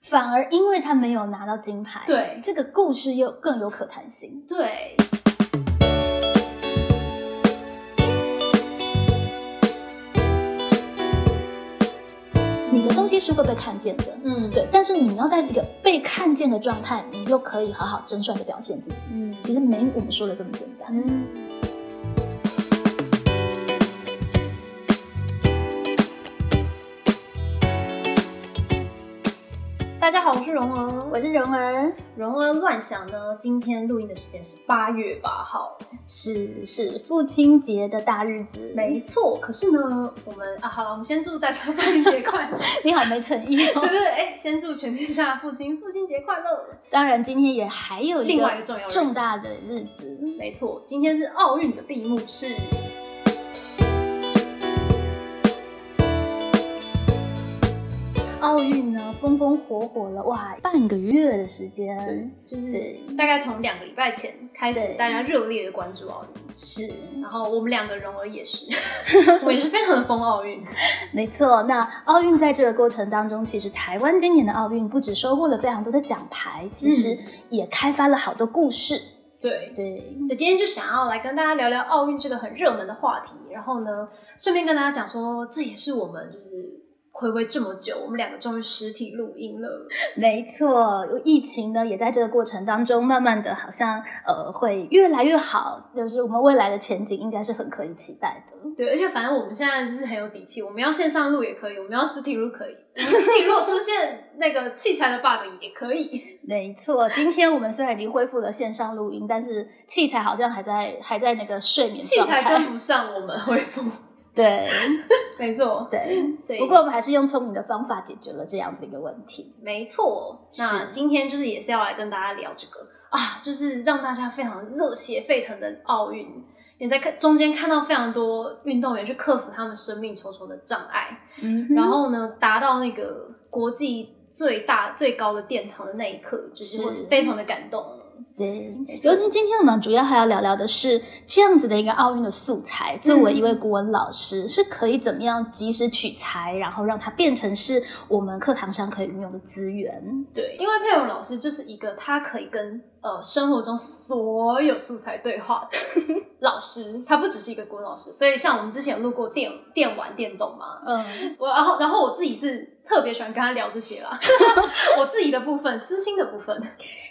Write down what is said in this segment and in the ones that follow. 反而因为他没有拿到金牌，对这个故事又更有可谈性。对，你的东西是会被看见的，嗯，对，但是你要在这个被看见的状态，你又可以好好真率的表现自己。嗯其实没我们说的这么简单。嗯。大家好，我是蓉儿，我是蓉儿，蓉儿乱想呢。今天录音的时间是八月八号，是是父亲节的大日子，没错。可是呢，我们啊，好了，我们先祝大家父 亲节快乐。你好没诚意对 哦。对对，哎、先祝全天下父亲父亲节快乐。当然，今天也还有一另外一个个重要日子重大的日子，没错，今天是奥运的闭幕式。奥运呢风风火火了哇，半个月的时对间，，就是对大概从两个礼拜前开始，对大家热烈的关注奥运，是然后我们两个蓉儿 也是，我也是非常的疯奥运。没错。那奥运在这个过程当中，其实台湾今年的奥运不止收获了非常多的奖牌，其嗯实也开发了好多故事。对，对，所以今天就想要来跟大家聊聊奥运这个很热门的话题，然后呢，顺便跟大家讲说，这也是我们就是暌违这么久，我们两个终于实体录音了。没错，疫情呢也在这个过程当中，慢慢的好像呃会越来越好，就是我们未来的前景应该是很可以期待的。对，而且反正我们现在就是很有底气，我们要线上录也可以，我们要实体录可以，我们实体录出现那个器材的 bug 也可以。没错，今天我们虽然已经恢复了线上录音，但是器材好像还在还在那个睡眠器状材跟态。不上我们恢复，对没错，对， 所以不过我们还是用聪明的方法解决了这样子一个问题。没错。那是今天就是也是要来跟大家聊这个啊，就是让大家非常热血沸腾的奥运。也在看中间看到非常多运动员去克服他们生命重重的障碍，嗯然后呢，达到那个国际最大最高的殿堂的那一刻，就是会是非常的感动。对，错尤其今天我们主要还要聊聊的是这样子的一个奥运的素材，作为一位国文老师、是可以怎么样及时取材，然后让它变成是我们课堂上可以运用的资源。对，因为佩蓉老师就是一个他可以跟呃生活中所有素材对话的 老师，他不只是一个国文老师，所以像我们之前有录过电电玩电动嘛，嗯，我然后然后我自己是特别喜欢跟他聊这些 啦，我自己的部分，私心的部分，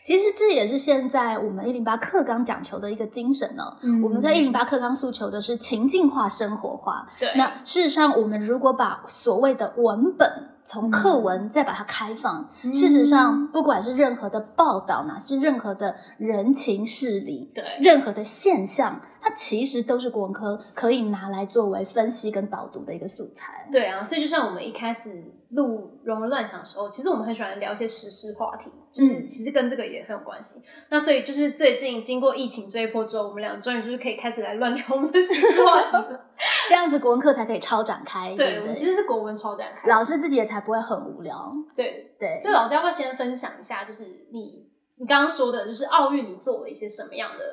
其实这也是现在我们一零八课纲讲求的一个精神呢、嗯我们在一零八课纲诉求的是情境化、生活化。对那事实上，我们如果把所谓的文本从课文再把它开放，嗯事实上，不管是任何的报道，哪是任何的人情事理，对任何的现象，它其实都是国文科可以拿来作为分析跟导读的一个素材。对啊，所以就像我们一开始录《容容乱想》的时候，其实我们很喜欢聊一些时事话题，就是嗯其实跟这个也很有关系。那所以就是最近经过疫情这一波之后，我们俩终于就是可以开始来乱聊我们的时事话题了。 这样子，国文课才可以超展开。对，对我不们对，其实是国文超展开。老师自己也才不会很无聊。对，对，所以老师要不要先分享一下，就是你你刚刚说的，就是奥运你做了一些什么样的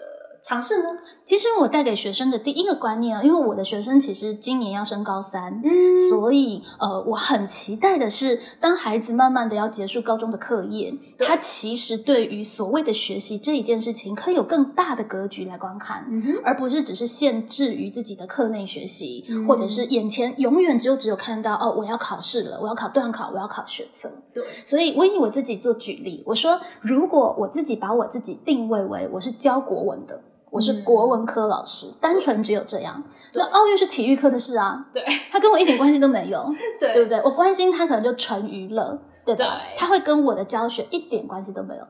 尝试呢？其实我带给学生的第一个观念啊，因为我的学生其实今年要升高三，嗯所以呃，我很期待的是，当孩子慢慢的要结束高中的课业，对他其实对于所谓的学习这一件事情，可以有更大的格局来观看。嗯哼，而不是只是限制于自己的课内学习，嗯或者是眼前永远只有只有看到哦，我要考试了，我要考段考，我要考学测。对，所以我以我自己做举例，我说如果我自己把我自己定位为我是教国文的，我是国文科老师，单纯只有这样。嗯对那奥运是体育课的事啊，对，它跟我一点关系都没 有，对，对不对？我关心它可能就纯娱乐，对吧？对它会跟我的教学一点关系都没有。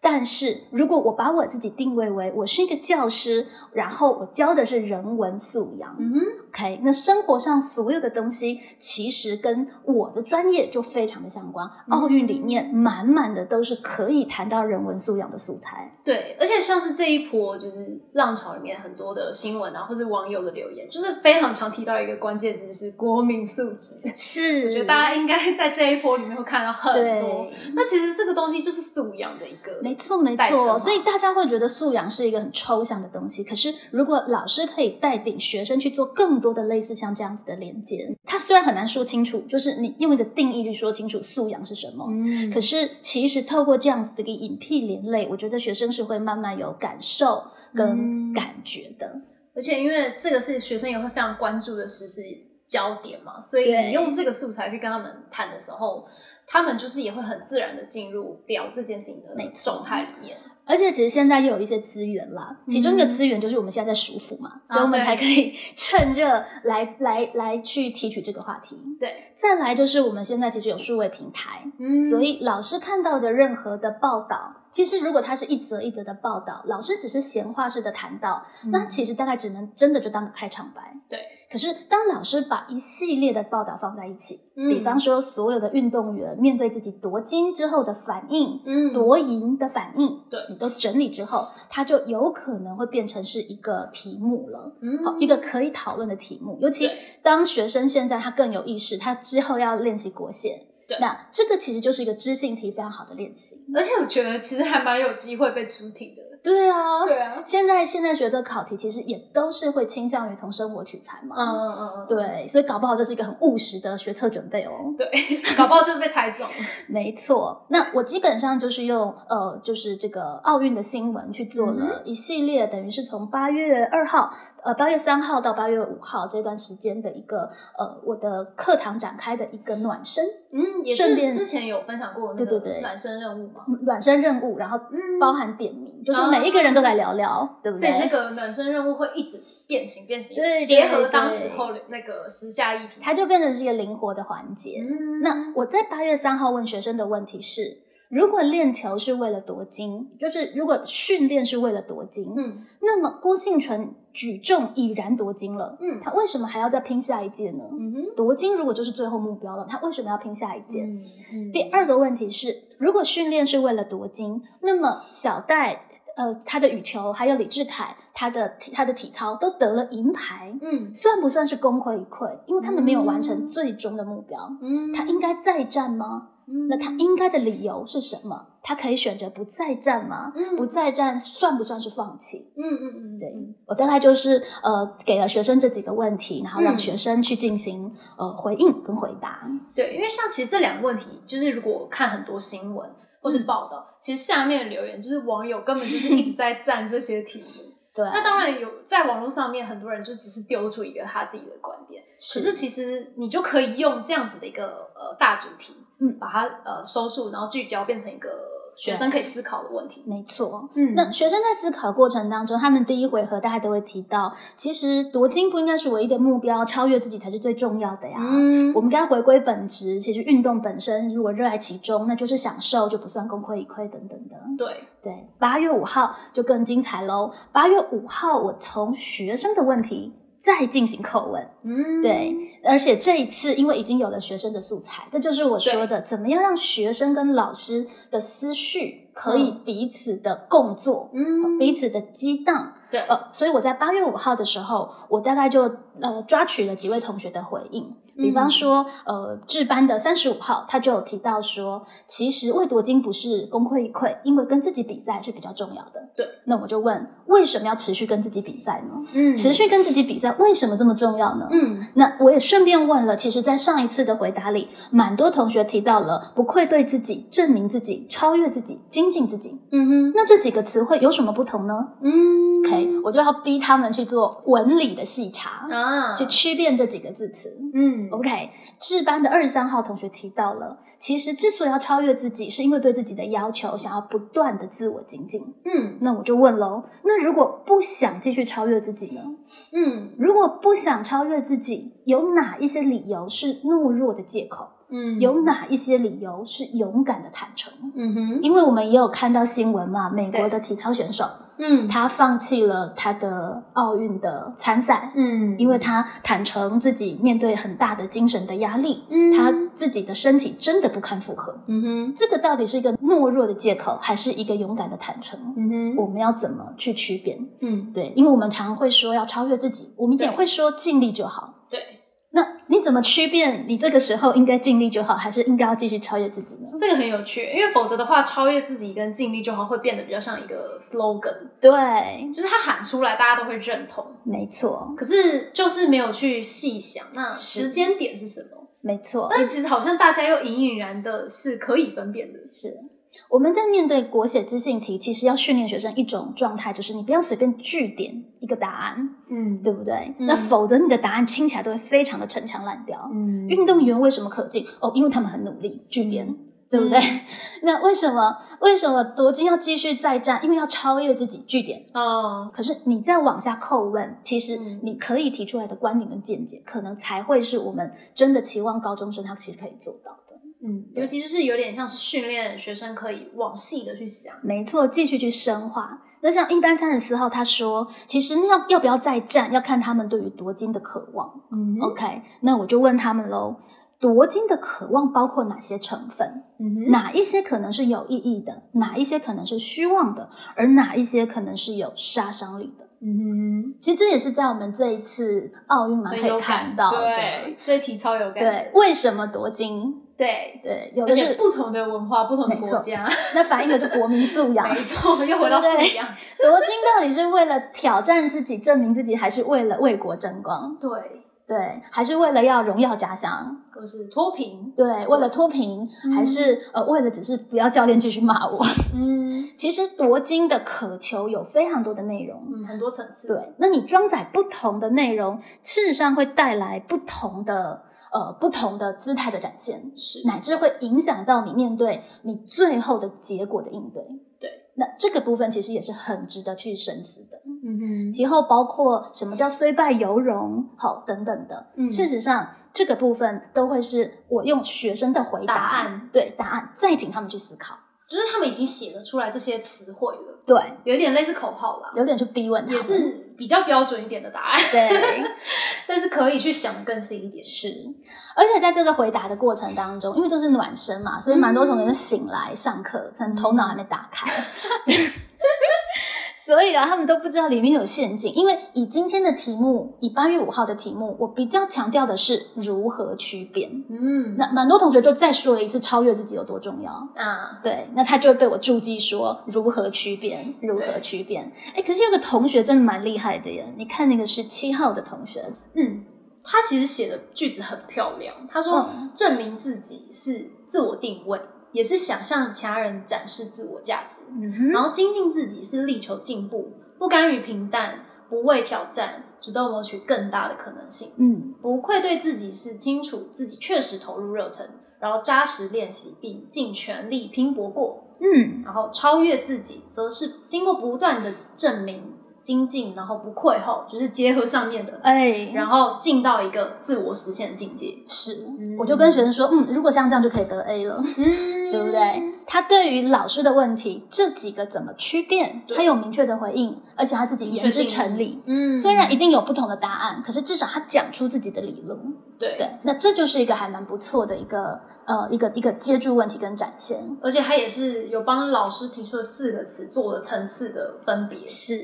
但是如果我把我自己定位为我是一个教师，然后我教的是人文素养，嗯哼， OK，那生活上所有的东西其实跟我的专业就非常的相关。嗯奥运里面满满的都是可以谈到人文素养的素材。对，而且像是这一波就是浪潮里面很多的新闻啊，或者网友的留言，就是非常常提到一个关键字，就是国民素质。是，我觉得大家应该在这一波里面会看到很多对。那其实这个东西就是素养的一个，没错没代称错，嘛所以大家会觉得素养是一个很抽象的东西。可是如果老师可以带领学生去做更多的类似像这样子的连接。它虽然很难说清楚，就是你用一个定义去说清楚素养是什么，嗯可是其实透过这样子的一个影片连累，我觉得学生是会慢慢有感受跟嗯感觉的。而且因为这个是学生也会非常关注的时事焦点嘛，所以对你用这个素材去跟他们谈的时候，他们就是也会很自然的进入聊这件事情的没错状态里面。而且其实现在又有一些资源啦，其中一个嗯资源就是我们现在在暑伏嘛，啊所以我们对才可以 趁热来来来去提取这个话题。对，再来就是我们现在其实有数位平台，嗯所以老师看到的任何的报道，其实如果它是一则一则的报道，老师只是闲话式的谈到，那其实大概只能真的就当个开场白。嗯对。可是当老师把一系列的报道放在一起，嗯比方说所有的运动员面对自己夺金之后的反应，嗯夺银的反应，对你都整理之后，它就有可能会变成是一个题目了。嗯好，一个可以讨论的题目，尤其对当学生现在他更有意识，他之后要练习国写，对那这个其实就是一个知性题非常好的练习。而且我觉得其实还蛮有机会被出题的。对啊，对啊，现在现在学的考题其实也都是会倾向于从生活取材嘛，嗯嗯嗯，嗯，对，所以搞不好这是一个很务实的学测准备哦。对， 搞不好就是被猜中了。没错，那我基本上就是用呃，就是这个奥运的新闻去嗯做了一系列，等于是从八月二号，呃，八月三号到八月五号这段时间的一个呃，我的课堂展开的一个暖身嗯，也顺是便之前有分享过那对个对对暖身任务嘛，暖身任务，然后嗯包含点名，就是每一个人都来聊聊，对不所以对？那个暖身任务会一直变形变形，对对结合当对时候的那个时下议题。它就变成是一个灵活的环节。嗯那我在八月三号问学生的问题是：如果练球是为了夺金，就是如果训练是为了夺金，嗯那么郭幸存举重已然夺金了，嗯他为什么还要再拼下一届呢？嗯哼夺金如果就是最后目标了，他为什么要拼下一届？嗯嗯第二个问题是，如果训练是为了夺金，那么小戴。呃，他的羽球还有李志凯，他的体他的体操都得了银牌，嗯算不算是功亏一篑？因为他们没有完成嗯最终的目标，嗯他应该再战吗？那他应该的理由是什么？他可以选择不再战吗？嗯不再战算不算是放弃？嗯嗯嗯对嗯我大概就是呃给了学生这几个问题，然后让嗯学生去进行、呃回应跟回答。对，因为像其实这两个问题，就是如果我看很多新闻嗯或是报道，其实下面的留言就是网友根本 就是一直在站这些题目。对，那当然有，在网络上面很多人就只是丢出一个他自己的观点，可是其实你就可以用这样子的一个呃大主题，嗯把它呃收束，然后聚焦变成一个学生可以思考的问题。没错。嗯那学生在思考过程当中，他们第一回合大家都会提到，其实夺金不应该是唯一的目标，超越自己才是最重要的呀。嗯我们该回归本质，其实运动本身如果热爱其中，那就是享受，就不算功亏一篑等等的。对，对，八月五号就更精彩喽。八月五号，我从学生的问题再进行叩问。嗯对，而且这一次，因为已经有了学生的素材，这就是我说的，怎么样让学生跟老师的思绪可以嗯彼此的共作，嗯彼此的激荡。对，呃，所以我在八月五号的时候，我大概就呃抓取了几位同学的回应，比方嗯说，呃，智班的三十五号，他就有提到说，其实未夺金不是功亏一篑，因为跟自己比赛是比较重要的。对，那我就问，为什么要持续跟自己比赛呢？嗯持续跟自己比赛为什么这么重要呢？嗯那我也顺便问了，其实，在上一次的回答里，蛮多同学提到了不愧对自己、证明自己、超越自己、精进自己。嗯哼那这几个词汇有什么不同呢嗯？OK，我就要逼他们去做文理的细查，啊，去区辨这几个字词。嗯 OK，智班的二十三号同学提到了，其实之所以要超越自己，是因为对自己的要求想要不断的自我精进。嗯那我就问喽，那如果不想继续超越自己呢？嗯如果不想超越自己，有哪一些理由是懦弱的借口？嗯有哪一些理由是勇敢的坦诚？嗯哼因为我们也有看到新闻嘛，美国对的体操选手嗯他放弃了他的奥运的参赛，嗯因为他坦诚自己面对很大的精神的压力，嗯他自己的身体真的不堪负荷。嗯哼这个到底是一个懦弱的借口，还是一个勇敢的坦诚？嗯哼我们要怎么去区别？嗯对，因为我们常会说要超越自己，我们也对会说尽力就好。对那你怎么区辨你这个时候应该尽力就好，还是应该要继续超越自己呢？这个很有趣，因为否则的话，超越自己跟尽力就好像会变得比较像一个 slogan，对，就是他喊出来，大家都会认同。没错，可是就是没有去细想，那是时间点是什么？没错。但其实好像大家又隐隐然的是可以分辨的，是我们在面对国写知性题，其实要训练学生一种状态，就是你不要随便据点一个答案，嗯对，不对？嗯那否则你的答案听起来都会非常的陈腔滥调。嗯运动员为什么可敬？哦，因为他们很努力，据点。对不对？嗯 那为什么为什么夺金要继续再战？因为要超越自己据点。哦，可是你再往下叩问，其实嗯你可以提出来的观点跟见解，可能才会是我们真的期望高中生他其实可以做到的。嗯，尤其就是有点像是训练学生可以往细的去想，没错，继续去深化。那像一班三十四号，他说，其实要要不要再战，要看他们对于夺金的渴望。嗯 OK，那我就问他们喽，夺金的渴望包括哪些成分？嗯哼哪一些可能是有意义的？哪一些可能是虚妄的？而哪一些可能是有杀伤力的？嗯其实这也是在我们这一次奥运嘛哼，可很以有看感到的。对，这题超有感，对，为什么夺金？对，对，有而的且是不同的文化、不同的没错国 家，那反映的就国民素养。没错， 又回到对不对素养，夺金到底是为了挑战自己、证明自己，还是为了为国争光？对，对，还是为了要荣耀家乡？都是脱贫，对，为了脱贫，嗯还是呃为了只是不要教练继续骂我？ 嗯其实夺金的渴求有非常多的内容。嗯，很多层次，对，那你装载不同的内容，事实上会带来不同的呃不同的姿态的展现，是乃至会影响到你面对你最后的结果的应对。对，那这个部分其实也是很值得去深思的。嗯哼，其后包括什么叫虽败犹荣，好等等的。嗯事实上，这个部分都会是我用学生的回答答案，对答案，再请他们去思考，就是他们已经写得出来这些词汇了，对，有点类似口号啦，有点去逼问他们，也是比较标准一点的答案， 对。但是可以去想得更深一点。是，而且在这个回答的过程当中，因为这是暖身嘛，所以蛮多同学就醒来上课，可能头脑还没打开，嗯 所以啊，他们都不知道里面有陷阱。因为以今天的题目，以八月五号的题目，我比较强调的是如何区辨。嗯，那蛮多同学就再说了一次超越自己有多重要。啊，对，那他就会被我注记说如何区辨，如何区辨。哎，可是有个同学真的蛮厉害的耶！你看那个十七号的同学，嗯，他其实写的句子很漂亮，他说嗯证明自己是自我定位，也是想向其他人展示自我价值，嗯哼然后精进自己是力求进步，不甘于平淡，不畏挑战，主动谋取更大的可能性。嗯，不愧对自己是清楚自己确实投入热忱，然后扎实练习并尽全力拼搏过，嗯，然后超越自己，则是经过不断的证明、精进，然后不愧后，就是结合上面的，哎，然后进到一个自我实现的境界。是嗯，我就跟学生说，嗯，如果像这样就可以得 A 了，嗯对不对？？他对于老师的问题这几个怎么区辨，对他有明确的回应，而且他自己言之成理。嗯，虽然一定有不同的答案，可是至少他讲出自己的理论。对，对，那这就是一个还蛮不错的一个呃一个一个接住问题跟展现。而且他也是有帮老师提出了四个词做了层次的分别。是，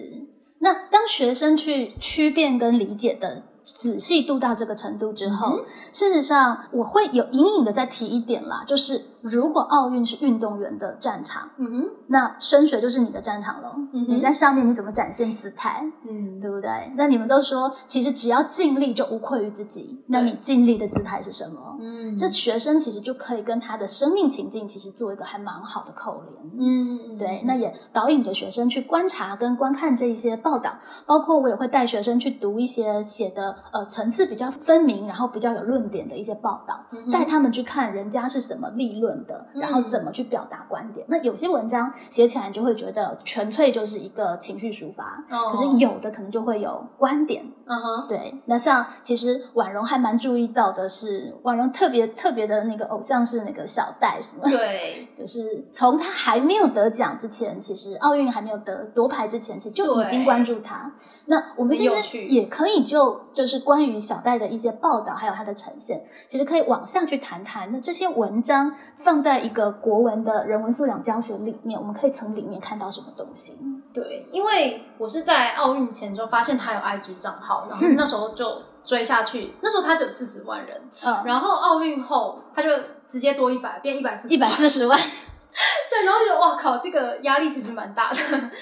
那当学生去区辨跟理解的仔细度到这个程度之嗯后，事实上我会有隐隐的再提一点啦，就是如果奥运是运动员的战场，嗯哼，那升学就是你的战场喽。嗯哼你在上面你怎么展现姿态，嗯对不对？那你们都说，其实只要尽力就无愧于自己，那你尽力的姿态是什么？嗯，这学生其实就可以跟他的生命情境其实做一个还蛮好的扣连。嗯，对，那也导引着学生去观察跟观看这一些报道，包括我也会带学生去读一些写的呃层次比较分明，然后比较有论点的一些报道，嗯哼带他们去看人家是什么立论的，然后嗯怎么去表达观点。那有些文章写起来你就会觉得纯粹就是一个情绪抒发，哦可是有的可能就会有观点。嗯哼，对，那像其实婉容还蛮注意到的是，婉容特别特别的那个偶像是那个小戴什么。 对，就是从他还没有得奖之前，其实奥运还没有得夺牌之前，其实就已经对关注他。那我们其很有实趣也可以就就是关于小戴的一些报道，还有他的呈现，其实可以往下去谈谈。那这些文章放在一个国文的人文素养教学里面，我们可以从里面看到什么东西？嗯对，因为我是在奥运前就发现他有 IG 账号，然后嗯那时候就追下去，那时候他只有四十万人，嗯，然后奥运后他就直接多一百，变一百四十，一百四 十万，对，然后觉得哇靠，这个压力其实蛮大的，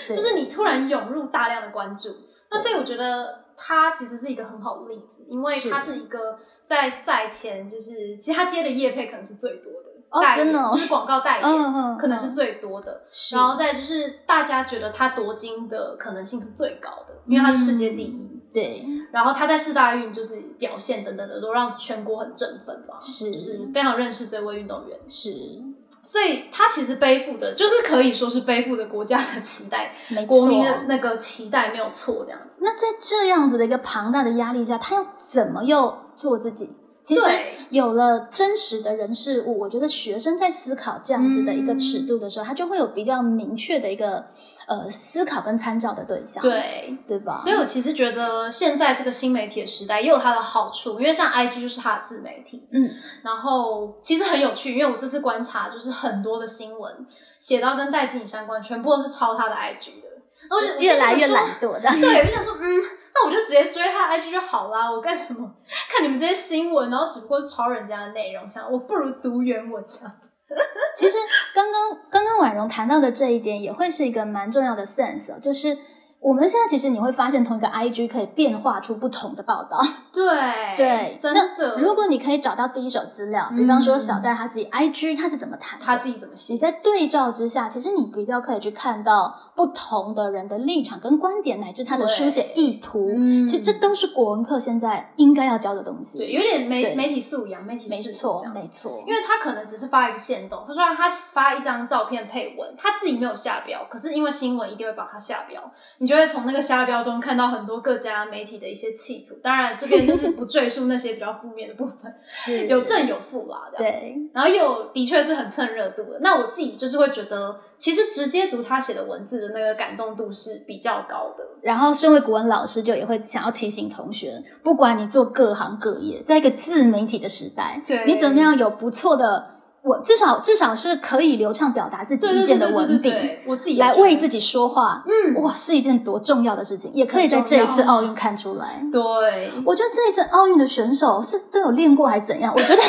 对就是你突然涌入大量的关注，那所以我觉得他其实是一个很好的例子，因为是他是一个在赛前就是其实他接的业配可能是最多的，哦代言真的哦就是广告代言、嗯嗯，可能是嗯最多的，是然后再就是大家觉得他夺金的可能性是最高的，因为他是世界第嗯一。对，然后他在世大运就是表现等等的，都让全国很振奋吧，是就是非常认识这位运动员。是所以他其实背负的，就是可以说是背负的国家的期待，没国错。民的那个期待没有错，这样子。那在这样子的一个庞大的压力下，他要怎么又做自己？其实对有了真实的人事物，我觉得学生在思考这样子的一个尺度的时嗯候，他就会有比较明确的一个呃思考跟参照的对象，对，对吧？所以我其实觉得现在这个新媒体的时代也有它的好处，因为像 IG 就是它的自媒体，嗯，然后其实很有趣，因为我这次观察就是很多的新闻写到跟戴自己相关，全部都是抄他的 IG 的，然后我就越来越懒惰。惰这样。对，我就想说，嗯，那我就直接追他的 IG 就好啦，我干什么？ 看你们这些新闻，然后只不过是抄人家的内容，这样我不如读原文这样。其实刚刚刚刚婉容谈到的这一点，也会是一个蛮重要的 sense，、哦、就是我们现在其实你会发现，同一个 IG 可以变化出不同的报道。对对，真的。那如果你可以找到第一手资料，比方说嗯小戴他自己 IG 他是怎么谈的，他自己怎么写你，在对照之下，其实你比较可以去看到不同的人的立场跟观点，乃至他的对书写意图。嗯其实这都是国文课现在应该要教的东西。对，有点媒对媒体素养、媒体没识错这，样没错。因为他可能只是发一个线动，他说他发一张照片配文，他自己没有下标，可是因为新闻一定会帮他下标，你就会从那个下标中看到很多各家媒体的一些企图。当然，这边就是不赘述那些比较负面的部分， 是有正有负啦，这样。对，然后也有的确是很蹭热度的。那我自己就是会觉得，其实直接读他写的文字的那个感动度是比较高的。然后身为国文老师，就也会想要提醒同学，不管你做各行各业，在一个自媒体的时代，对你怎么样有不错的文，至少至少是可以流畅表达自己对对意对见对的对对文笔，对，我自己也来觉得为自己说话，嗯哇，是一件多重要的事情，也可以在这一次很重要啊奥运看出来。对，我觉得这一次奥运的选手是都有练过还是怎样？我 觉得对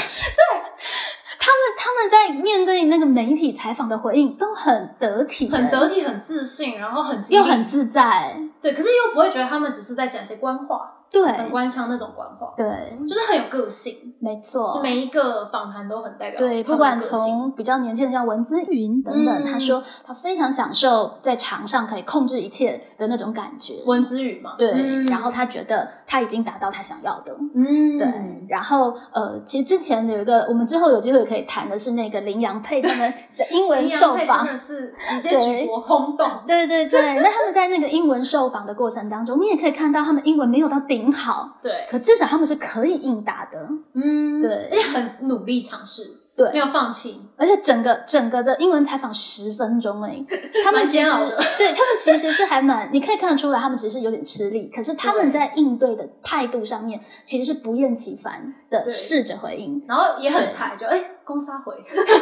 他们他们在面对那个媒体采访的回应都很得体，很得体，很自信，然后很又机灵很自在，对，可是又不会觉得他们只是在讲一些官话，对很官腔那种官话，对，就是很有个性。没就错。每一个访谈都很代表哦对，他不们管的个性从比较年轻的像文姿云等等，嗯他说他非常享受在场上可以控制一切的那种感觉。文子语嘛，对，嗯然后他觉得他已经达到他想要的。嗯对，然后呃，其实之前有一个，我们之后有机会可以谈的是那个林洋配他们的英文林受羊配真访。的是 直接举对国轰动，对对对，那他们在那个英文受访的过程当中，你也可以看到他们英文没有到顶好，对，可至少他们是可以应答的。嗯对而且很努力尝试，没对，有放弃，而且整个整个的英文采访十分钟 哎，他们蛮其煎实熬的 对他们其实是还蛮，你可以看得出来他们其实有点吃力，可是他们对在应对的态度上面其实是不厌其烦的对试着回应。然后也很对抬，就哎，攻杀回，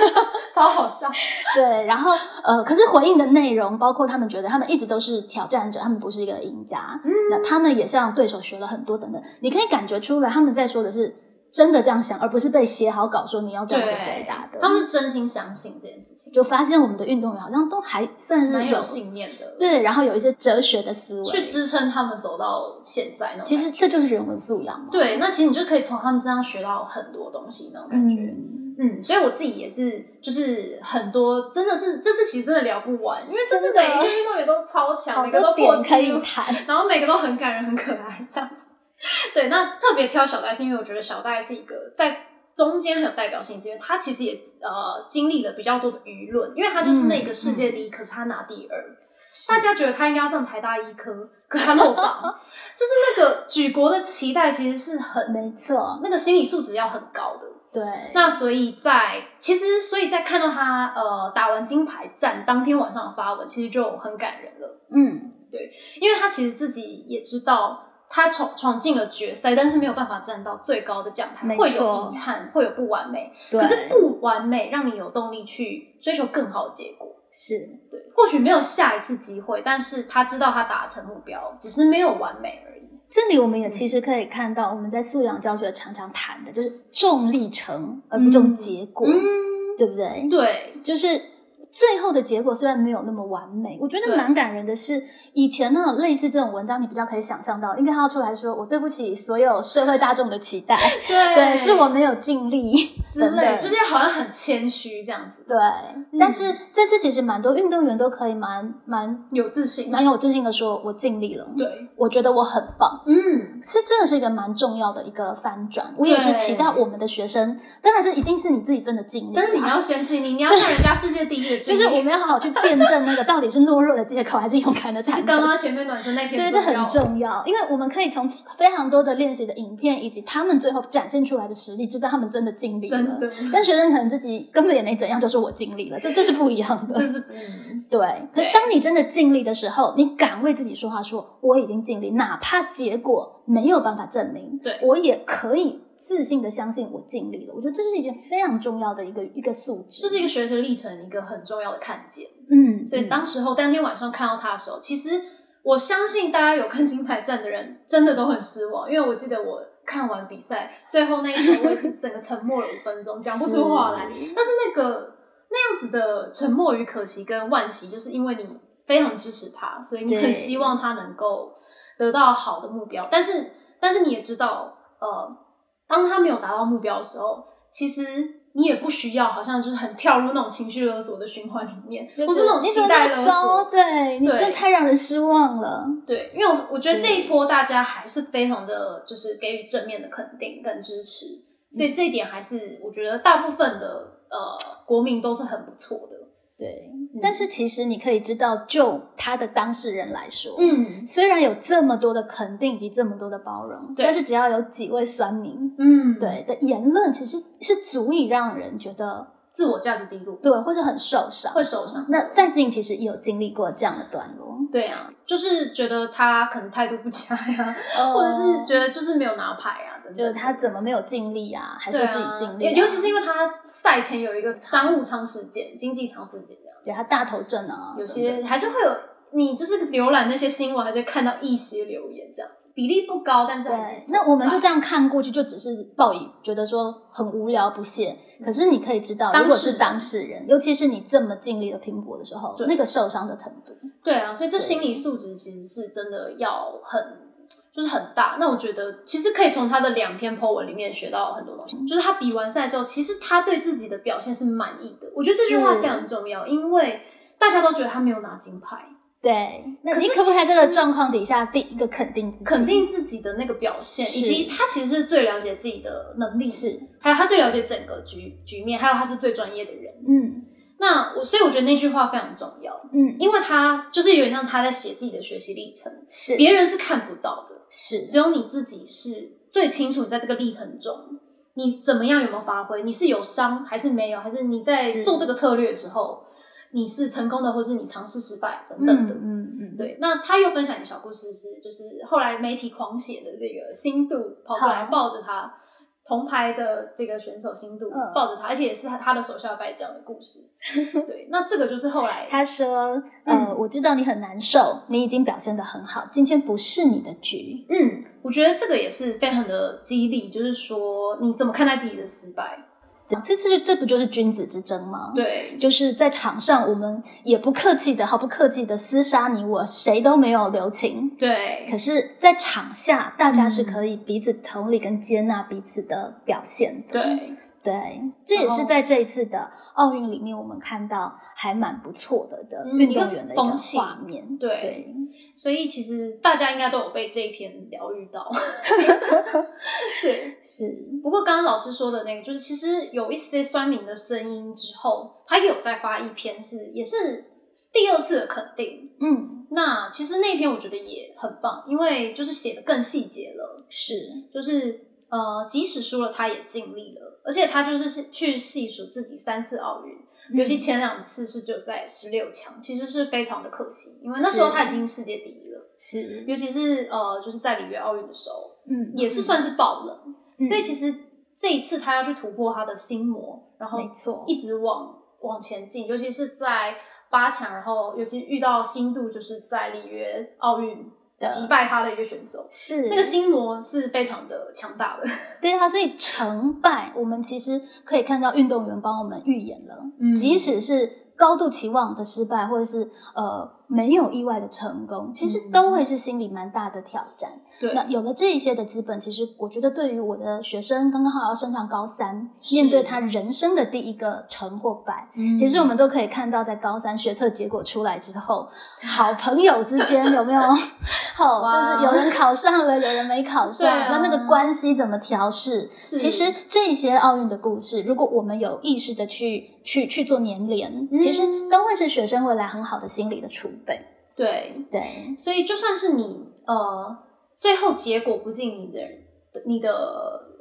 超好笑，对，然后呃，可是回应的内容包括他们觉得他们一直都是挑战者，他们不是一个赢家，嗯那他们也向对手学了很多等等，你可以感觉出来他们在说的是真的这样想，而不是被写好稿说你要这样子回对答的。他们是真心相信这件事情，就发现我们的运动员好像都还算是蛮有信念的，，对，然后有一些哲学的思维去，支撑他们走到现在那种感觉。其实这就是人文素养嘛。对，那其实你就可以从他们身上学到很多东西那种感觉。嗯，嗯所以我自己也是，就是很多真的是这次其实真的聊不完，因为这次真的啊每一个运动员都超强，好每个都多破点可纪以录，谈。 然后每个都很感人、很可爱这样子。对，那特别挑小戴是因为我觉得小戴是一个在中间很有代表性，是因为他其实也呃经历了比较多的舆论，因为他就是那个世界第一，可是他拿第二，大家觉得他应该要上台大医科，可是他落榜， 就是那个举国的期待其实是很没错，那个心理素质要很高的。对，那所以在其实所以在看到他呃打完金牌战当天晚上的发文，其实就很感人了，嗯，因为他其实自己也知道。他闯闯进了决赛，但是没有办法站到最高的讲台，没会错有遗憾，会有不完美。对，可是不完美让你有动力去追求更好的结果。是对，或许没有下一次机会，但是他知道他达成目标，只是没有完美而已。这里我们也其实可以看到，我们在素养教学常常谈的就是重历程而不重结果，嗯，对不对？对，就是最后的结果虽然没有那么完美，我觉得对蛮感人的是，以前呢类似这种文章，你比较可以想象到，因为他要出来说我对不起所有社会大众的期待，对对，是我没有尽力 之类，等等就是嗯好像很谦虚这样子，对。但是这次其实蛮多运动员都可以蛮蛮有自信，蛮有自信的说，我尽力了，对，我觉得我很棒。嗯，是这是一个蛮重要的一个翻转，我也是期待我们的学生，当然是一定是你自己真的尽力啦，但是你要先尽力，你要像人家世界第一的 就经历，是我们要好好去辩证那个到底是懦弱的借口还是勇敢的 就产是生。刚刚前面暖身那对，篇，这很，重要，因为我们可以从非常多的练习的影片以及他们最后展现出来的实力，知道他们真的尽力了。真的，但学生可能自己根本也没怎样，就说我尽力了，这这是不一样的。就是嗯，对，可对是当你真的尽力的时候，你敢为自己说话说，我已经尽力，哪怕结果没有办法证明，对我也可以自信的相信我尽力了。我觉得这是一件非常重要的一个一个素质，这是一个学习历程一个很重要的看见。嗯，所以嗯当时候当天晚上看到他的时候，其实我相信大家有看金牌战的人真的都很失望，因为我记得我看完比赛最后那一球，我也是整个沉默了五分钟，讲不出话来。是但是那个那样子的沉默与可惜跟惋惜，就是因为你非常支持他，所以你对很希望他能够得到好的目标。但是，但是你也知道，呃，当他没有达到目标的时候，其实你也不需要，好像就是很跳入那种情绪勒索的循环里面，或是那种你期怎么待那么勒糟？索。对你对真太让人失望了。对，因为我我觉得这一波大家还是非常的，就是给予正面的肯定跟支持，所以这一点还是我觉得大部分的呃国民都是很不错的。对，但嗯是其实你可以知道，就他的当事人来说，。嗯虽然有这么多的肯定以及这么多的包容，对但是只要有几位酸民，嗯，对，的言论，其实是足以让人觉得自我价值低落，对，或是很受伤，会受伤那在静其实也有经历过这样的段落，对啊，就是觉得他可能态度不佳呀，或者是觉得就是没有拿牌啊，等等哦就是他怎么没有尽力啊，还是对自己啊尽力啊、尤其是因为他赛前有一个商务舱事件、经济舱事件这样，对他大头症啊，有等些等还是会有，你就是浏览那些新闻，还是会看到一些留言这样，比例不高，但是还对是，那我们就在这样看过去，就只是报以觉得说很无聊不屑。可是你可以知道，嗯当如果事是人当事人，尤其是你这么尽力的拼搏的时候对，那个受伤的程度，对啊，所以这心理素质其实是真的要很。就是很大，那我觉得其实可以从他的两篇 po 文里面学到很多东西。就是他比完赛之后，其实他对自己的表现是满意的。我觉得这句话是非常重要，因为大家都觉得他没有拿金牌，对，那可你是可不可以在其这个实状况底下，第一个肯定自己肯定自己的那个表现，是以及他其实是最了解自己的能力，是，还有他最了解整个局局面，还有他是最专业的人。嗯那我所以我觉得那句话非常重要，嗯，因为他就是有点像他在写自己的学习历程，是别人是看不到的，是只有你自己是最清楚，你在这个历程中你怎么样有没有发挥，你是有伤还是没有，还是你在是做这个策略的时候你是成功的，或是你尝试失败等等的。嗯嗯，对，那他又分享一个小故事是，就是后来媒体狂写的这个新度跑过来好抱着他铜牌的这个选手新度、嗯抱着他，而且也是他他的手下败将的故事。对，那这个就是后来他说，呃，我知道你很难受，你已经表现得很好，今天不是你的局，嗯，我觉得这个也是非常的激励，就是说你怎么看待自己的失败？这这这不就是君子之争吗？。对，就是在场上，我们也不客气的，毫不客气的厮杀你我，谁都没有留情。对可，是，在场下，大家是嗯可以彼此同理跟接纳彼此的表现的。对，对，这也是后在这一次的奥运里面，我们看到还蛮不错的的嗯运一个动员的一风个气画面。对对，所以其实大家应该都有被这一篇疗愈 到。 对，是，不过刚刚老师说的那个，就是其实有一些酸民的声音之后，他也有再发一篇是也是第二次的肯定。嗯，那其实那篇我觉得也很棒，因为就是写的更细节了，是，就是呃，即使输了，他也尽力了，而且他就是是去细数自己三次奥运，嗯尤其前两次是就在十六强，其实是非常的可惜，因为那时候是他已经世界第一了，是，尤其是呃，就是在里约奥运的时候，嗯，也是算是爆冷。嗯，所以其实这一次他要去突破他的心魔，然后没错一直往往前进，尤其是在八强，然后尤其遇到新度，就是在里约奥运的击败他的一个选手。是那个心魔是非常的强大的，对啊，所以成败，我们其实可以看到运动员帮我们预演了，嗯即使是高度期望的失败，或者是呃没有意外的成功，其实嗯都会是心里蛮大的挑战。对，那有了这一些的资本，其实我觉得对于我的学生，刚刚好要升上高三，是嗯面对他人生的第一个成或败，其实我们都可以看到，在高三学测结果出来之 后，好朋友之间有没有好，哇就是有人考上了，有人没考上，对啊那那个关系怎么调试？是其实这些奥运的故事，如果我们有意识的去去去做粘连，嗯其实都会是学生未来很好的心理的储备。对，对，所以就算是你呃最后结果不尽你的你的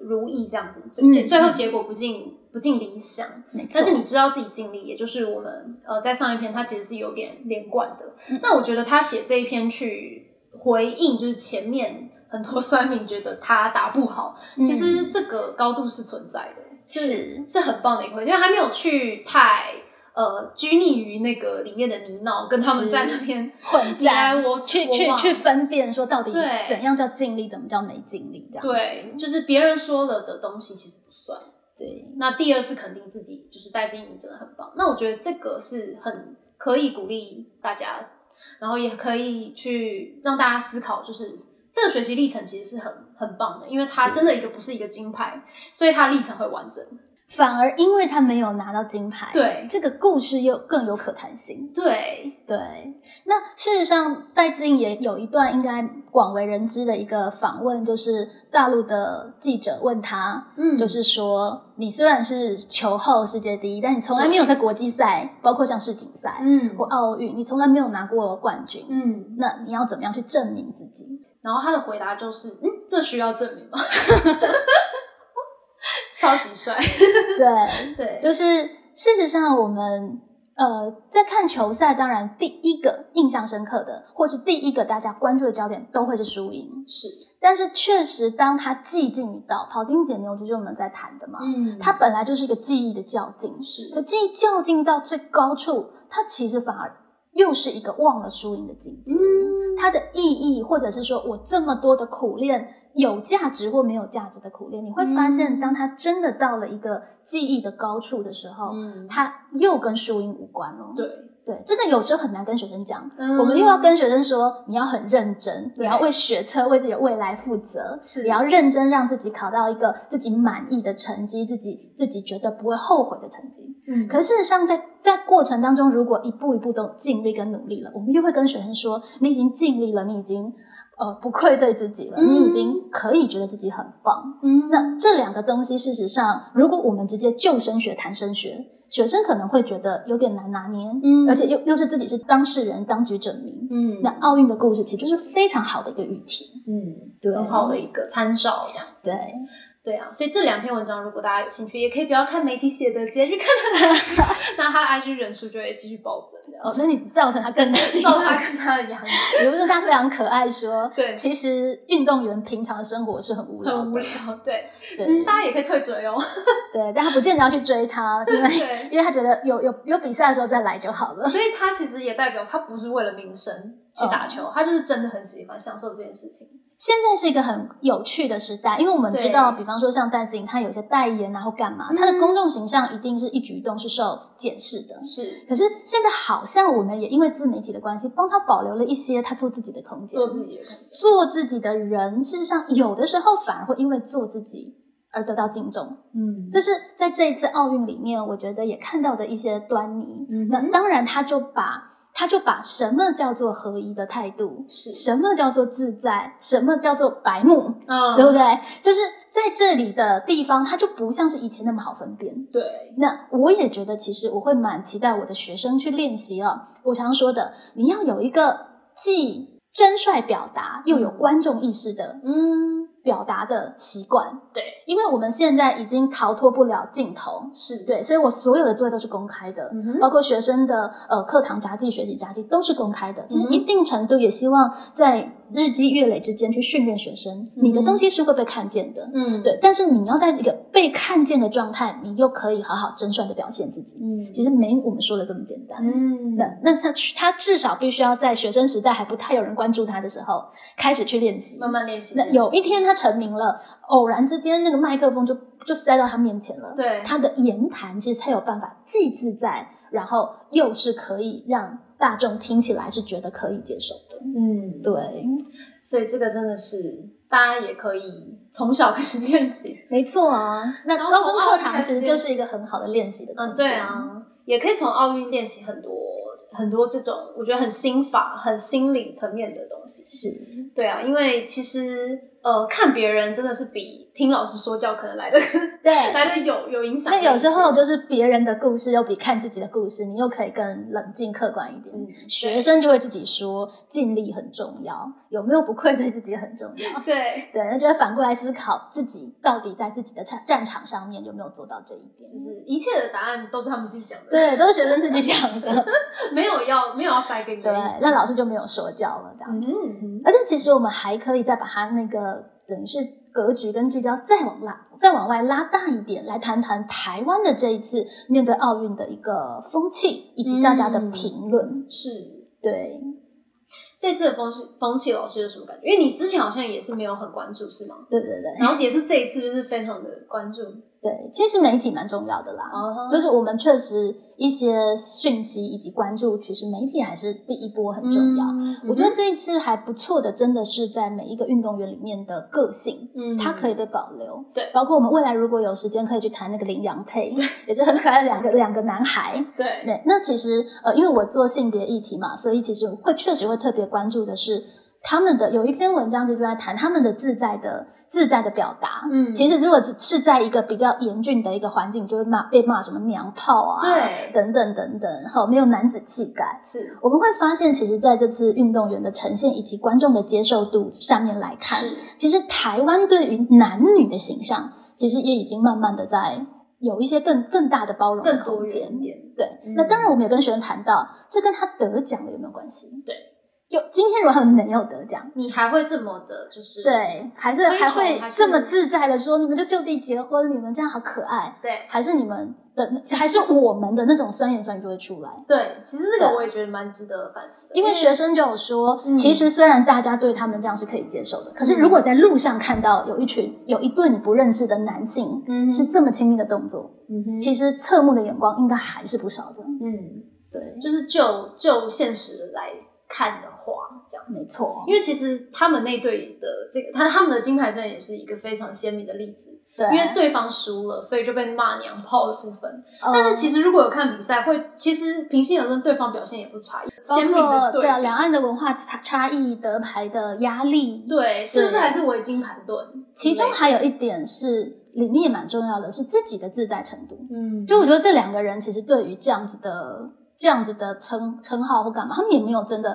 如意这样子，嗯最最后结果不尽不尽理想，没错。但是你知道自己尽力，也就是我们呃在上一篇它其实是有点连贯的。嗯那我觉得他写这一篇去回应，就是前面很多 酸民觉得他打不好，嗯其实这个高度是存在的，是是很棒的一回，因为他没有去太呃拘泥于那个里面的泥淖，跟他们是在那边混你来战，我去我去往去分辨说到底对怎样叫尽力，怎么叫没尽力，这样对，就是别人说了的东西其实不算。对。那第二是肯定自己，就是戴自己，你真的很棒。那我觉得这个是很可以鼓励大家，然后也可以去让大家思考，就是这个学习历程其实是很很棒的，因为它是真的一个不是一个金牌，所以它历程会完整。反而因为他没有拿到金牌，对这个故事又更有可谈性。对，对，那事实上，戴资颖也有一段应该广为人知的一个访问，就是大陆的记者问他，嗯就是说，你虽然是球后世界第一，但你从来没有在国际赛，包括像世锦赛、嗯或奥运，你从来没有拿过冠军。嗯，那你要怎么样去证明自己？然后他的回答就是，嗯，这需要证明吗？ 超级 帅，对，对，就是事实上，我们呃在看球赛，当然第一个印象深刻的，或是第一个大家关注的焦点，都会是输赢。是，但是确实，当他技进一道，庖丁解牛就是我们在谈的嘛。嗯它本来就是一个技艺的较劲，是可技艺较劲到最高处，它其实反而又是一个忘了输赢的境界。嗯它的意义，或者是说我这么多的苦练，有价值或没有价值的苦练，你会发现，嗯当他真的到了一个技艺的高处的时候，嗯，他又跟输赢无关了。对，嗯对，这个有时候很难跟学生讲。我我们又要跟学生说，你要很认真，你对要为学测、为自己的未来负责，是你要认真让自己考到一个自己满意的成绩，自己自己绝对不会后悔的成绩。嗯，可事实上在，在过程当中，如果一步一步都尽力跟努力了，我们又会跟学生说，你已经尽力了，你已经呃不愧对自己了，嗯你已经可以觉得自己很棒。嗯那这两个东西，事实上，如果我们直接就升学谈升学，学生可能会觉得有点难拿捏，嗯而且又又是自己是当事人、当局者迷。嗯那奥运的故事其实就是非常好的一个议题，嗯，对很好的一个参照，这样子。对，对啊，所以这两篇文章如果大家有兴趣，也可以不要看媒体写的，直接去看他 的，那他的 IG 人数就会继续暴增，这样哦，那你造成他 更难照他跟他的样子， 你不是他非常可爱说，对其实运动员平常的生活是很无聊的，很无聊。 对，对、嗯，大家也可以退追 哦。对，但他不见得要去追他，因为对， 因为他觉得有有有比赛的时候再来就好了。所以他其实也代表他不是为了名声去打球，他就是真的很喜欢享受这件事情。现在是一个很有趣的时代，因为我们对知道，比方说像戴资颖，她有些代言然后干嘛，嗯她的公众形象一定是一举一动是受检视的。是可是现在好像我们也因为自媒体的关系，帮她保留了一些她做自己的空间，做自己的空间。做自己的人，事实上有的时候反而会因为做自己而得到敬重。嗯这是在这一次奥运里面，我觉得也看到的一些端倪。嗯哼那当然，他就把他就把什么叫做合一的态度，是什么叫做自在，什么叫做白目，嗯，对不对？就是在这里的地方，它就不像是以前那么好分辨。对，那我也觉得，其实我会蛮期待我的学生去练习啊。我常说的，你要有一个既真率表达又有观众意识的嗯表达的习惯，对，因为我们现在已经逃脱不了镜头，是，对，所以我所有的作业都是公开的，嗯哼，包括学生的呃课堂札记、学习札记都是公开的。其实嗯哼一定程度也希望在日积月累之间去训练学生，你的嗯东西是会被看见的。嗯，对，但是你要在这个被看见的状态，你又可以好好真率的表现自己。嗯，其实没我们说的这么简单。嗯，那那他他至少必须要在学生时代还不太有人关注他的时候开始去练习。慢慢练习。那有一练习，天他成名了，偶然之间那个麦克风就就塞到他面前了，对，他的言谈其实才有办法既自在，然后又是可以让大众听起来是觉得可以接受的。嗯，对，所以这个真的是大家也可以从小开始练习。 没错啊。那然后高从中奥课运堂开始其实练就是一个很好的练习的空嗯，间。对，啊，也可以从奥运练习很多很多这种我觉得很心法、很心理层面的东西。是对啊，因为其实呃，看别人真的是比听老师说教可能来的对。 来的有有影响力那一些。有时候就是别人的故事，又比看自己的故事，你又可以更冷静客观一点。嗯学生就会自己说，尽力很重要，有没有不愧对自己很重要。对。对，那就会反过来思考自己到底在自己的战战场上面有没有做到这一点。就是一切的答案都是他们自己讲的，，对，都是学生自己想的。没有要没有要塞给你对的意思，，那老师就没有说教了，这样。嗯哼，而且其实我们还可以再把它那个等于是格局跟聚焦再往拉，再往外拉大一点，来谈谈台湾的这一次面对奥运的一个风气以及大家的评论。是对，这次的风气风气老师有什么感觉？因为你之前好像也是没有很关注，是吗？对对对然后也是这一次就是非常的关注对，其实媒体蛮重要的啦。哦就是我们确实一些讯息以及关注，其实媒体还是第一波很重要。嗯我觉得这一次还不错的，真的是在每一个运动员里面的个性，嗯它可以以被保留。对包括我们未来如果有时间，可以去谈那个羚羊配， 也是很可爱的两个两个男孩。对，对，那其实呃，因为我做性别议题嘛，所以其实会确实会特别关注的是他们的有一篇文章，其实就在谈他们的自在的自在的表达。嗯其实如果是在一个比较严峻的一个环境，就会骂被骂什么娘炮啊，对等等等等，好没有男子气概。是我们会发现，其实在这次运动员的呈现以及观众的接受度上面来看，是其实台湾对于男女的形象，其实也已经慢慢的在有一些更更大的包容的更多空元一间。点，对，嗯那当然我们也跟学生谈到，这跟他得奖了有没有关系？对，就今天如果他们没有得奖，你还会这么的，就是对，还是推崇还会还是这么自在的说，你们就就地结婚，你们这样好可爱，对还是你们的，还是我们的那种酸言酸语就会出来。对，其实这个对我也觉得蛮值得反思的，因为学生就有说，嗯其实虽然大家对他们这样是可以接受的，可是如果在路上看到有一群有一对你不认识的男性嗯是这么亲密的动作，嗯哼其实侧目的眼光应该还是不少的。嗯，对，就是就就现实来看的话，这样。没错，因为其实他们那队的这个，他他们的金牌战也是一个非常鲜明的例子，对，因为对方输了，所以就被骂娘炮的部分。呃但是其实如果有看比赛，会其实平心而论，对方表现也不差，鲜明包的括对对啊，比两岸的文化差差异、得牌的压力，对，是不是还是围巾盘顿？其中还有一点是里面也蛮重要的，是自己的自在程度。嗯，就我觉得这两个人其实对于这样子的这样子的称称号或干嘛，他们也没有真的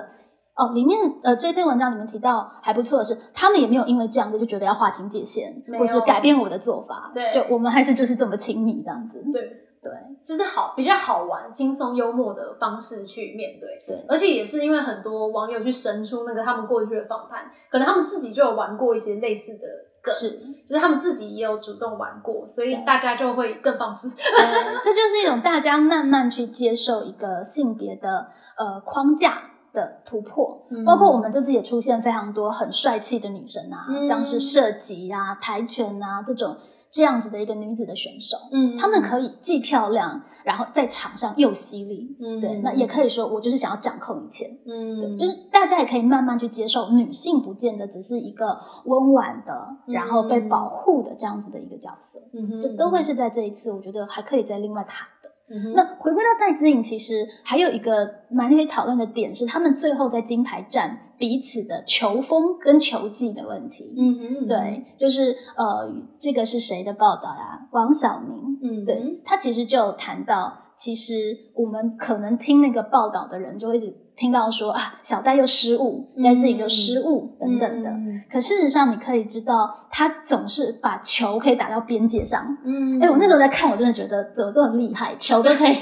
哦。里面呃这篇文章里面提到还不错的是，他们也没有因为这样子就觉得要划清界限，没有或是改变我的做法。对就我们还是就是这么亲密这样子。对，对就是好比较好玩、轻松幽默的方式去面对。对而且也是因为很多网友去神出那个他们过去的访谈，可能他们自己就有玩过一些类似的梗，是，就是他们自己也有主动玩过，所以对大家就会更放肆。对这就是一种大家慢慢去接受一个性别的呃框架。的突破，嗯包括我们这次也出现非常多很帅气的女生啊，嗯像是射击啊、跆拳啊这种这样子的一个女子的选手，嗯，她们可以既漂亮，然后在场上又犀利。嗯对，那也可以说我就是想要掌控一切。对，嗯，就是大家也可以慢慢去接受，女性不见得只是一个温婉的，嗯然后被保护的这样子的一个角色。嗯哼这都会是在这一次，我觉得还可以再另外谈的。嗯哼那回归到戴资颖，其实还有一个蛮可以讨论的点是，他们最后在金牌战彼此的球风跟球技的问题。嗯哼，对，就是呃，这个是谁的报道呀、王晓明，嗯哼对他其实就有谈到，其实我们可能听那个报道的人就会一直听到说啊，小戴又失误，戴自己又失误、等嗯等的。可事实上，你可以知道，他总是把球可以打到边界上。嗯，哎、我那时候在看，我真的觉得怎么这么厉害，球都 可以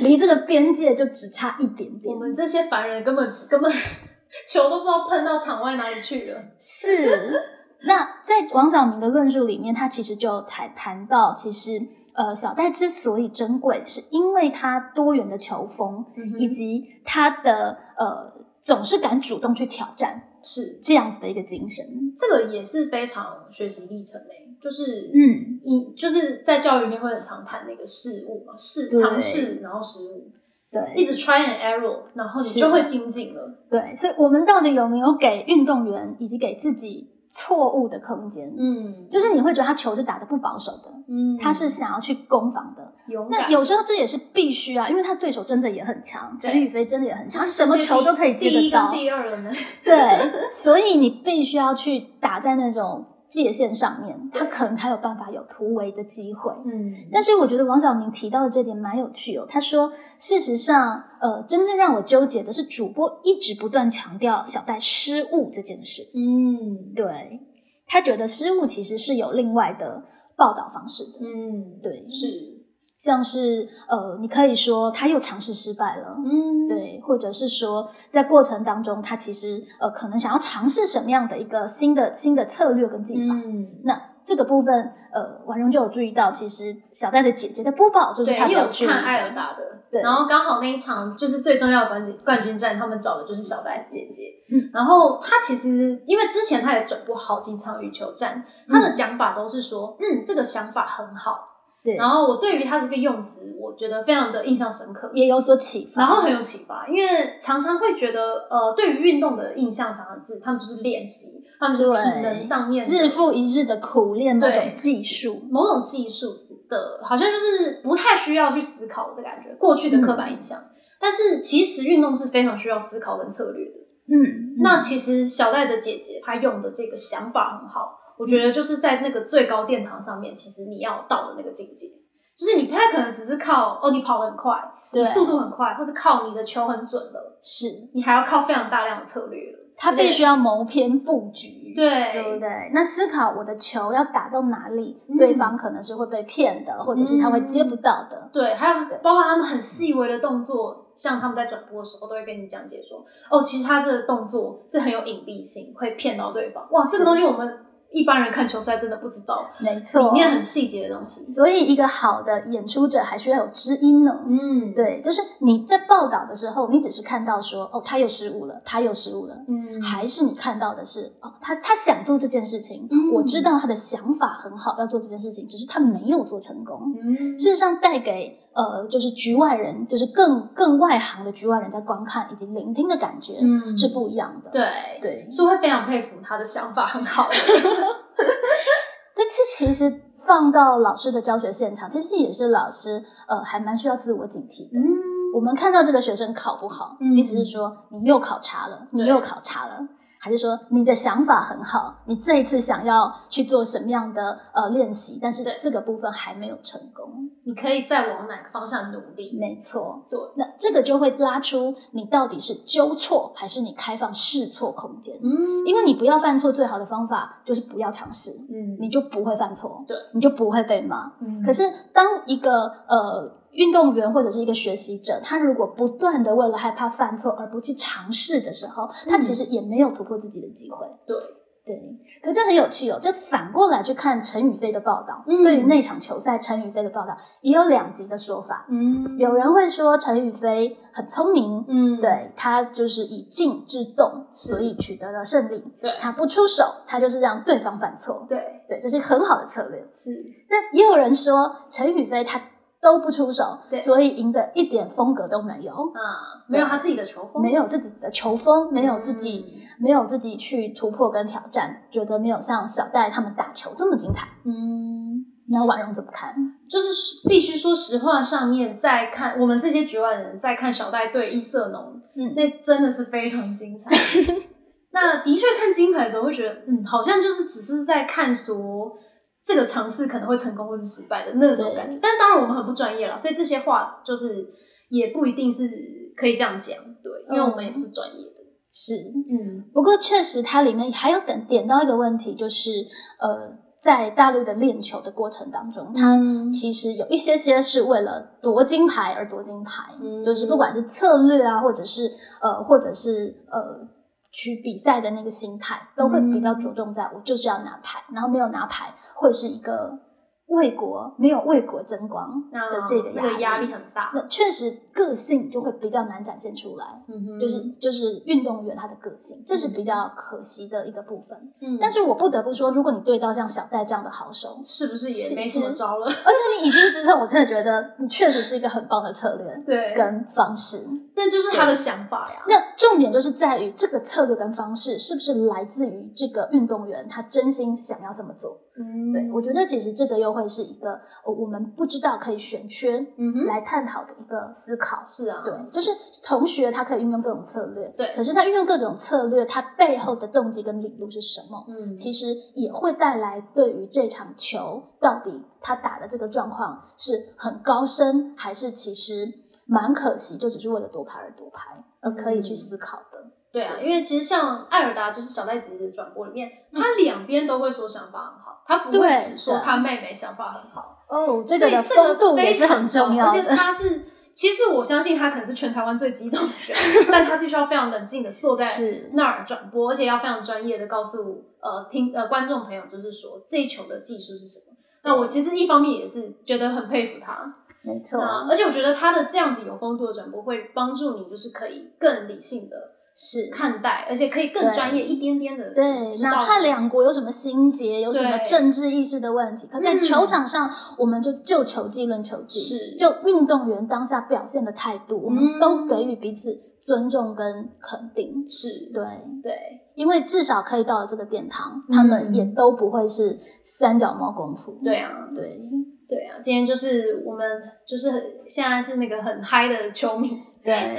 离这个边界就只差一点点我。们这些凡人根本根本球都不知道喷到场外哪里去了。是，那在王晓明的论述里面，他其实就谈谈到，其实呃，小戴之所以珍贵，是因为他多元的球风，嗯以及他的呃总是敢主动去挑战是这样子的一个精神。这个也是非常学习历程诶、就是嗯，你就是在教育里面会很常谈那个事物嘛，试对尝试，然后失误，一对直 try and error，然后是你就会精进了。对，所以我们到底有没有给运动员以及给自己错误的空间？嗯，就是你会觉得他球是打得不保守的，嗯，他是想要去攻防的，勇那敢，有时候这也是必须啊，因为他对手真的也很强，对陈宇飞真的也很强，就他是什么世界球都可以第接一得跟到。第二了呢。对，所以你必须要去打在那种界限上面，他可能才有办法有突围的机会。嗯，但是我觉得王晓明提到的这点蛮有趣哦。他说，事实上，呃，真正让我纠结的是主播一直不断强调小戴失误这件事。 嗯对他觉得失误其实是有另外的报道方式的。嗯，对，是，像是呃，你可以说他又尝试失败了，嗯，对，或者是说在过程当中，他其实呃可能想要尝试什么样的一个新的新的策略跟技法。嗯，那这个部分，呃，婉容就有注意到，其实小戴的姐姐的播报就是对，她因比为我较是注意看艾尔的，达的，对然后刚好那一场就是最重要的冠军冠军战，他们找的就是小戴姐姐。嗯，然后她其实因为之前她也转播好几场羽球战，她嗯的讲法都是说，嗯，这个想法很好。对，然后我对于她这个用词，我觉得非常的印象深刻，也有所启发。然后很有启发，因为常常会觉得，呃，对于运动的印象常常是他们就是练习，他们就是体能上面的日复一日的苦练那种对技术，某种技术的，好像就是不太需要去思考的感觉，过去的刻板印嗯象。但是其实运动是非常需要思考跟策略的。嗯，那其实小戴的姐姐她用的这个想法很好，我觉得就是在那个最高殿堂上面，其实你要到的那个境界，就是你不太可能只是靠哦你跑得很快，对你速度很快，或是靠你的球很准了，是你还要靠非常大量的策略了。他必须要谋篇布局，对对不对？那思考我的球要打到哪里，嗯对方可能是会被骗的，或者是他会接不到的。对，还有对包括他们很细微的动作，像他们在转播的时候都会跟你讲解说，哦，其实他这个动作是很有隐蔽性，会骗到对方。哇，这是个东西我们一般人看球赛真的不知道，没错，里面很细节的东西。所以一个好的演出者还需要有知音呢。嗯，，对，就是你在报道的时候，你只是看到说，哦，他又失误了，他又失误了。嗯，还是你看到的是哦，他他想做这件事情，嗯我知道他的想法很好，要做这件事情，只是他没有做成功。嗯事实上，带给呃，就是局外人，就是更更外行的局外人在观看以及聆听的感觉、嗯是不一样的。对，对，是会非常佩服他的想法很好的。这其其实放到老师的教学现场，其实也是老师呃还蛮需要自我警惕的。嗯，我们看到这个学生考不好，嗯你只是说你又考差了，对你又考差了，还是说你的想法很好，你这一次想要去做什么样的呃练习，但是对这个部分还没有成功。你可以再往哪个方向努力？没错，对，那这个就会拉出你到底是纠错还是你开放试错空间。嗯因为你不要犯错，最好的方法就是不要尝试，嗯你就不会犯错，对，你就不会被骂。嗯可是，当一个呃运动员或者是一个学习者，他如果不断的为了害怕犯错而不去尝试的时候，他嗯其实也没有突破自己的机会。对，对，可这很有趣哦。这反过来去看陈宇飞的报道，嗯对于那场球赛，陈宇飞的报道也有两极的说法。嗯有人会说陈宇飞很聪明，嗯对他就是以静制动，所以取得了胜利。对他不出手，他就是让对方犯错。对对，这是很好的策略。是那也有人说陈宇飞他都不出手，对所以赢得一点风格都没有，啊，没有他自己的球风，嗯没有自己的球风，没有自己、没有自己去突破跟挑战，觉得没有像小戴他们打球这么精彩。嗯。那婉容怎么看？就是必须说实话，上面在看我们这些局外人在看小戴对伊瑟农，嗯那真的是非常精 彩。那的确看金牌的时候会觉得，嗯，好像就是只是在看说这个尝试可能会成功或是失败的那种感觉。但是当然我们很不专业了，所以这些话就是也不一定是可以这样讲，对，嗯因为我们也不是专业的，是。嗯，不过确实，它里面还有点点到一个问题，就是呃，在大陆的练球的过程当中，它嗯其实有一些些是为了夺金牌而夺金牌，嗯就是不管是策略啊，或者是呃，或者是呃。去比赛的那个心态都会比较着重嗯在我就是要拿牌，然后没有拿牌会是一个为国没有为国争光的这个啊那个压压力很大，那确实个性就会比较难展现出来。嗯哼就是就是运动员他的个性，这是比较可惜的一个部分。嗯但是我不得不说，如果你对到像小戴这样的好手，是不是其也没什么实招了？ 而且你已经知道，我真的觉得你确实是一个很棒的策略对，跟方式。那就是他的想法呀。那重点就是在于这个策略跟方式是不是来自于这个运动员他真心想要这么做。嗯对我觉，得其实这个又会是一个呃我们不知道可以选缺嗯哼，来探讨的一个思考。是啊，对，就是同学他可以运用各种策略，对可是他运用各种策略，他背后的动机跟理路是什么？嗯，其实也会带来对于这场球到底他打的这个状况是很高深，还是其实蛮可惜，就只是为了夺牌而夺牌，而可以去嗯思考的。对啊，因为其实像艾尔达就是小戴姐姐的转播里面，她两边都会说想法很好，她不会对只说对她妹妹想法很好，哦，这所个以的这个风度也非是常很重要而且的。 她是，其实我相信她可能是全台湾最激动的人，但她必须要非常冷静的坐在是那儿转播，而且要非常专业的告诉呃听呃观众朋友，就是说这一球的技术是什么。那我其实一方面也是觉得很佩服她。没错，那而且我觉得他的这样子有风度的转播会帮助你，就是可以更理性的是。看待，而且可以更对专业一点点的。对，哪怕两国有什么心结，有什么对政治意识的问题，可在嗯球场上，我们就就球技论球技，是嗯就运动员当下表现的态度，我们都给予彼此尊重跟肯定。是，对，对因为至少可以到了这个殿堂，嗯他们也都不会是三脚猫功夫。对啊，对对啊。今天就是我们就是很现在是那个很嗨的球迷， 对，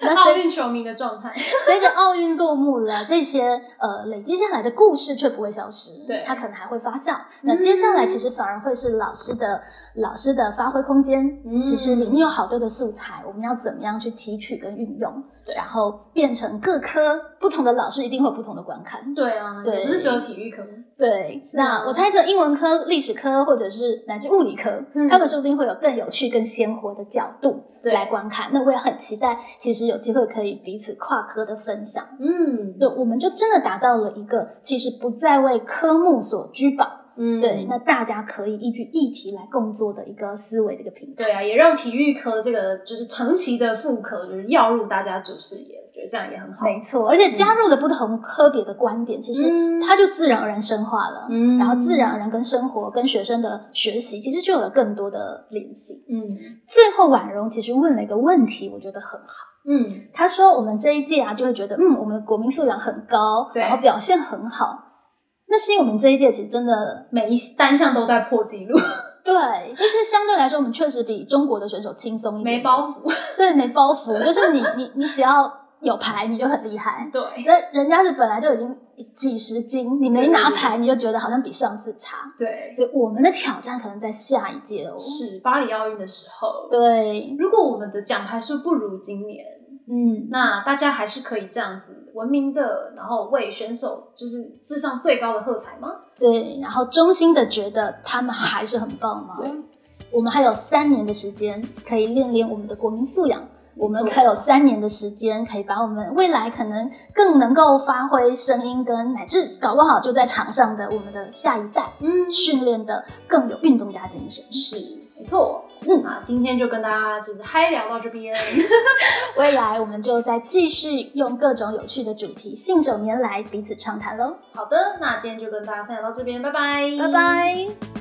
那奥随运球迷的状态。随着奥运落幕了，这些呃累积下来的故事却不会消失，对嗯它可能还会发酵。那接下来其实反而会是老师的老师的发挥空间。嗯其实里面有好多的素材，我们要怎么样去提取跟运用，对然后变成各科不同的老师一定会有不同的观看。对啊，对也不是只有体育课。对，是啊那我猜测英文科、历史科或者是乃至物理科，嗯他们说不定会有更有趣、更鲜活的角度对来观看。那我也很期待，其实有机会可以彼此跨科的分享。嗯，对，我们就真的达到了一个其实不再为科目所拘绑，嗯对，那大家可以依据议题来共作的一个思维的一个平台。对啊，也让体育科这个就是长期的副科，就是要入大家主视野，我觉得这样也很好。没错，而且加入了不同科别的观点，其实嗯它就自然而然深化了，嗯然后自然而然跟生活、跟学生的学习，其实就有了更多的联系。嗯最后，婉容其实问了一个问题，我觉得很好。嗯，她说：“我们这一届啊，就会觉得，嗯，我们的国民素养很高，对然后表现很好。那是因为我们这一届其实真的每一单项都在破纪录，对，就是相对来说，我们确实比中国的选手轻松一点，没包袱。 对，没包袱，就是你你你只要有牌，你就很厉害。对那人家是本来就已经几十斤，你没拿牌，你就觉得好像比上次差。对，所以我们的挑战可能在下一届哦。是巴黎奥运的时候。对，如果我们的奖牌数不如今年，嗯，那大家还是可以这样子文明的，然后为选手就是致上最高的喝彩吗？对。然后衷心的觉得他们还是很棒嘛。对我们还有三年的时间可以练练我们的国民素养，我们没错还有三年的时间可以把我们未来可能更能够发挥声音跟乃至搞不好就在场上的我们的下一代嗯训练的更有运动家精神。是没错。嗯那今天就跟大家就是嗨聊到这边， 未来我们就再继续用各种有趣的主题信手拈来，彼此畅谈喽。好的，那今天就跟大家分享到这边，拜拜，拜拜。